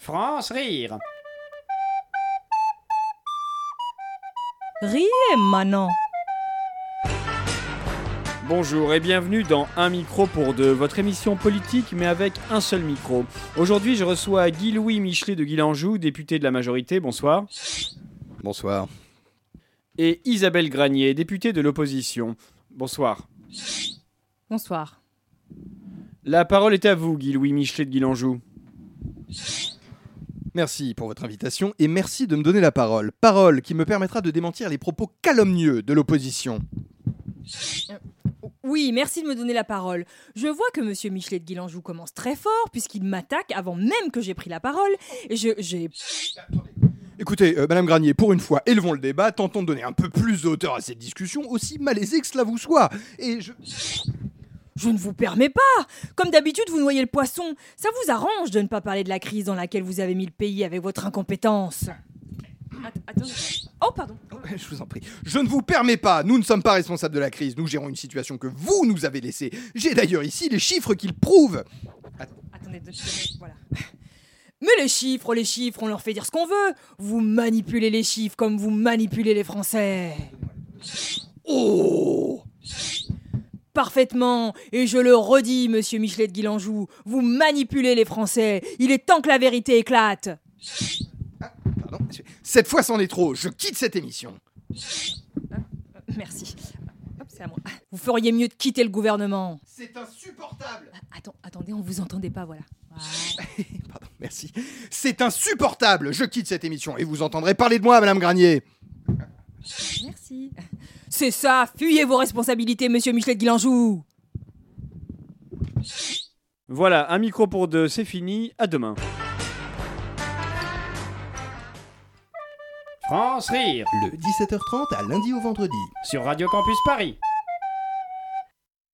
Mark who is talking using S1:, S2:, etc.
S1: France Rire.
S2: Riez, Manon.
S3: Bonjour et bienvenue dans Un micro pour deux, votre émission politique mais avec un seul micro. Aujourd'hui, je reçois Guy-Louis Michelet de Guilanjou, député de la majorité, bonsoir,
S4: Bonsoir.
S3: et Isabelle Granier, députée de l'opposition. Bonsoir.
S2: Bonsoir.
S3: La parole est à vous, Guy-Louis Michelet de Guilanjou.
S4: Merci pour votre invitation et merci de me donner la parole. Parole qui me permettra de démentir les propos calomnieux de l'opposition.
S2: Oui, merci de me donner la parole. Je vois que monsieur Michelet de Guilanjou commence très fort puisqu'il m'attaque avant même que j'ai pris la parole. Et je, j'ai...
S4: Écoutez, euh, Madame Granier, pour une fois, élevons le débat, tentons de donner un peu plus de hauteur à cette discussion, aussi malaisée que cela vous soit. Et je...
S2: Je ne vous permets pas Comme d'habitude, vous noyez le poisson. Ça vous arrange de ne pas parler de la crise dans laquelle vous avez mis le pays avec votre incompétence. Att- attendez. Oh, pardon.
S4: Je vous en prie. Je ne vous permets pas, nous ne sommes pas responsables de la crise, nous gérons une situation que vous nous avez laissée. J'ai d'ailleurs ici les chiffres qui le prouvent.
S2: Attendez deux secondes, voilà. Mais les chiffres, les chiffres, on leur fait dire ce qu'on veut. Vous manipulez les chiffres comme vous manipulez les Français. Oh Parfaitement, et je le redis, monsieur Michelet de Guilanjou, vous manipulez les Français. Il est temps que la vérité éclate.
S4: Pardon. Cette fois, c'en est trop, je quitte cette émission.
S2: Euh, Merci. Hop, c'est à moi. Vous feriez mieux de quitter le gouvernement.
S4: C'est insupportable
S2: Ah, Attends, attendez, on vous entendait pas, voilà.
S4: Pardon, merci. C'est insupportable. Je quitte cette émission et vous entendrez parler de moi, Madame Granier.
S2: Merci. C'est ça, fuyez vos responsabilités, monsieur Michelet de Guilanjou.
S3: Voilà, un micro pour deux, c'est fini, à demain.
S1: France Rire
S5: Le 17h30 à lundi au vendredi.
S1: sur Radio Campus Paris.